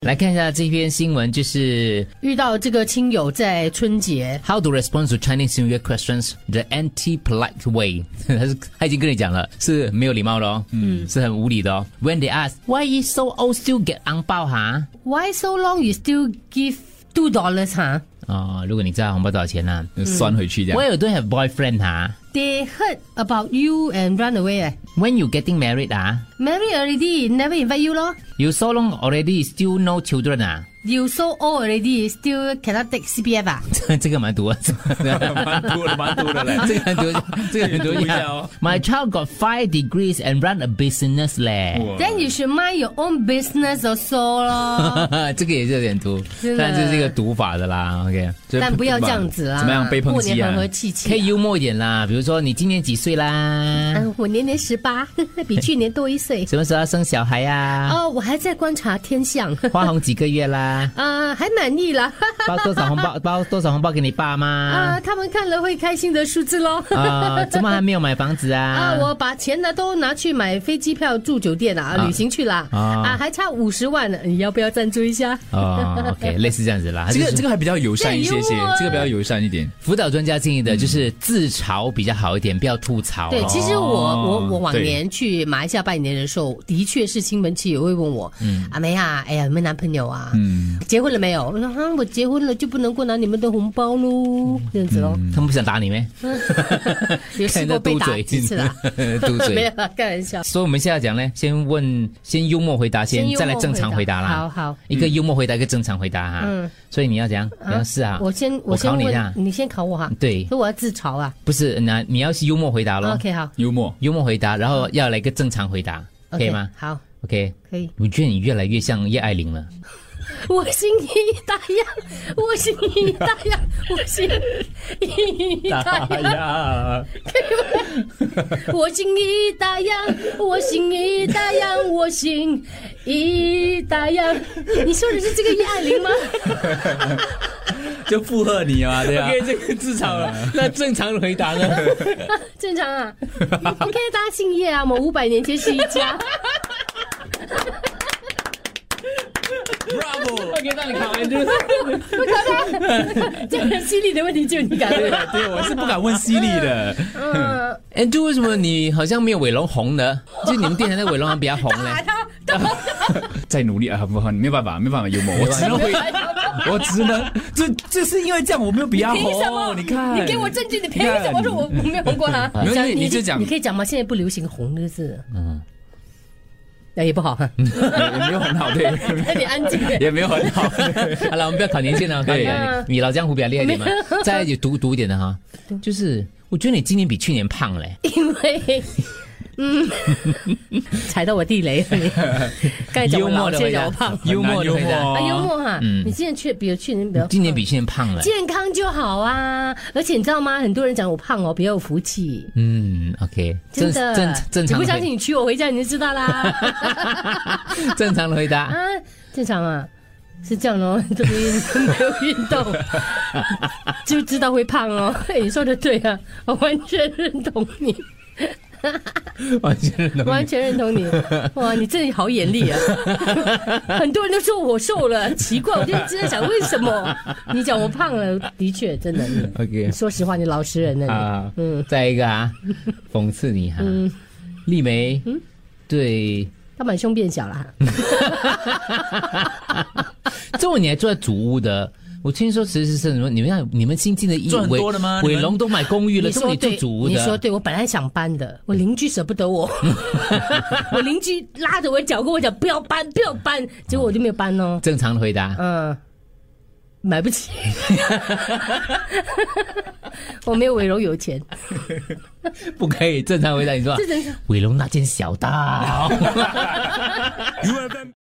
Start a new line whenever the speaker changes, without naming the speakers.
来看一下这篇新闻，就是
遇到这个亲友在春节，
How to respond to Chinese New Year questions the anti-polite way？他是他已经跟你讲了，是没有礼貌的哦，嗯，是很无理的哦。When they ask why you so old still get 昂包哈？
Why so long? You still give two dollars, huh?
哦，如果你知道红包多少钱呢、
酸回去这
w
样
h。y
啊
you don't have boyfriend 哈、
They heard about you and run away. eh?
w h e n you getting married 啊、
Marry already, never invite you, lor.
y o u so long already still no children 啊、
You so old already, still cannot take CPF 啊？
这这个蛮毒啊，。
蛮多的，蛮多的嘞
这个很毒，这个很 毒
读一下哦
My child got five degrees and run a business 嘞。
哇
Then you should mind your own business also 咯。
这个也是有点毒
真，的
但这是一个读法的啦。OK，
这
但不要这样子啊！
怎么样？被抨
过
击
年
啊
和？和气气、啊。
可以幽默一点啦，比如说你今年几岁啦？
嗯，我年年十八， 比去年多一岁。
什么时候要生小孩呀、
哦，我还在观察天象，
花红几个月啦？
啊，还满意啦。
包多少红包？包多少红包给你爸妈
啊，？他们看了会开心的数字喽。
啊，怎么还没有买房子
啊
啊？，
我把钱呢都拿去买飞机票、住酒店啦、啊，旅行去啦。
啊
啊，还差五十万呢，你要不要赞助一下？
哦，OK，类似这样子 啦。就
这个
是
这个还比较友善一些些
这个幽默啊，
这个比较友善一点。
辅导专家建议的就是自嘲比较好一点，不要吐槽。哦
嗯对，其实我我我往
对
年去马来西亚拜年的时候，的确是亲朋戚友会问我，
嗯
阿梅啊，哎呀，有没有男朋友啊？
嗯，
结婚了没有？我说啊，我结婚了就不能够拿你们的红包
嗯
喽，这样子喽。
他们不想打你咩？
有试
看
过
到
被
嘟
打
嘴
几次 啦？
嘟
没
嘴。
有啦，开玩笑。
所以我们现在讲呢，先问，先幽默回答，先
幽默
再来正常回答啦。
好好，
一个幽默回答，一个正常回答哈。
嗯
所以你要怎样？你要试啊？
我先
我
先
考你一
问
下，
你先考我哈。
对
所以我要自嘲啊。
不是，那你要是幽默回答咯
OK，好
幽 默。
幽默回答，然后要来一个正常回答，可以
OK，
吗
好，
？OK，
可以。
我觉得你越来越像叶爱玲了。
我心意大呀，我心意大呀，我心意大呀，
呀，
我心意大呀，我心意大呀，我心意大呀。你说的是这个叶爱玲吗？
就附和你 啊，对啊。嗯
这个自嘲了。那正常回答呢？
正常啊。OK，大家姓叶啊，我们五百年前是一家。
Bravo！
OK，那你考完就是。
这个犀利的问题就你敢问。
对，啊我是不敢问犀利的，
嗯，
哎，就为什么你好像没有伟龙红呢？就你们电台的伟龙好像比较红 呢。
打 他，
再努力啊，不，没办法，没办法，幽默，我只能回，我只能， 这这是因为这样，我没有比他
凭什么？
红，你看，
你给我证据，你凭什么
你看
说我我没有红过 他？
没有
讲
你你就讲
你可以讲吗？现在不流行“红”这个字。嗯。那也不好哈，啊
也没有很好，对，
那你安静点。
也没有很好，
好了，我们不要考年限了，考你
对
你老江湖比较厉害一点嘛。再来就读读一点的哈，就是我觉得你今年比去年胖欸嘞。
因为， 嗯，踩到我地雷了你。刚才讲我
幽
老
默的
接
回
着
答
我胖，，
幽默的回
很难幽
答
默，
啊，
哦
幽默哈。你今年去比我去年比较
今年比去年胖了。
健康就好啊，而且你知道吗？很多人讲我胖哦，比较有福气。
嗯，OK，
真
正
的
正正
你
常
不
的
相
回
信，你娶我回家你就知道啦。
正常的回答。
啊，正常啊，是这样咯， 这边没有运动，就知道会胖哦。 嘿你说的对啊，我完全认同你，
完全认同
完全认同你。哇，你真的好眼力啊！很多人都说我瘦了，奇怪，我就一直在想为什么。你讲我胖了，的确真的，你
OK
你说实话，你老实人了
嗯啊，
嗯
嗯，再一个啊，讽刺你哈，丽梅，
嗯
对，
你，他把胸变小了啊。
这么你还住在祖屋的。我听说，其实是什么？你们要你们新进的一
赚很
伟
多的吗
伟
你们
龙都买公寓了，
你
这么
说
你住
对，
祖屋
你说
的，
对，我本来想搬的，我邻居舍不得我， 我邻居拉着我脚跟我讲不要搬，不要搬，结果我就没有搬哦。
正常的回答。
嗯，买不起， 我没有伟柔有钱，
不可以正常回答，你说
这真是。
伟龙那间小道。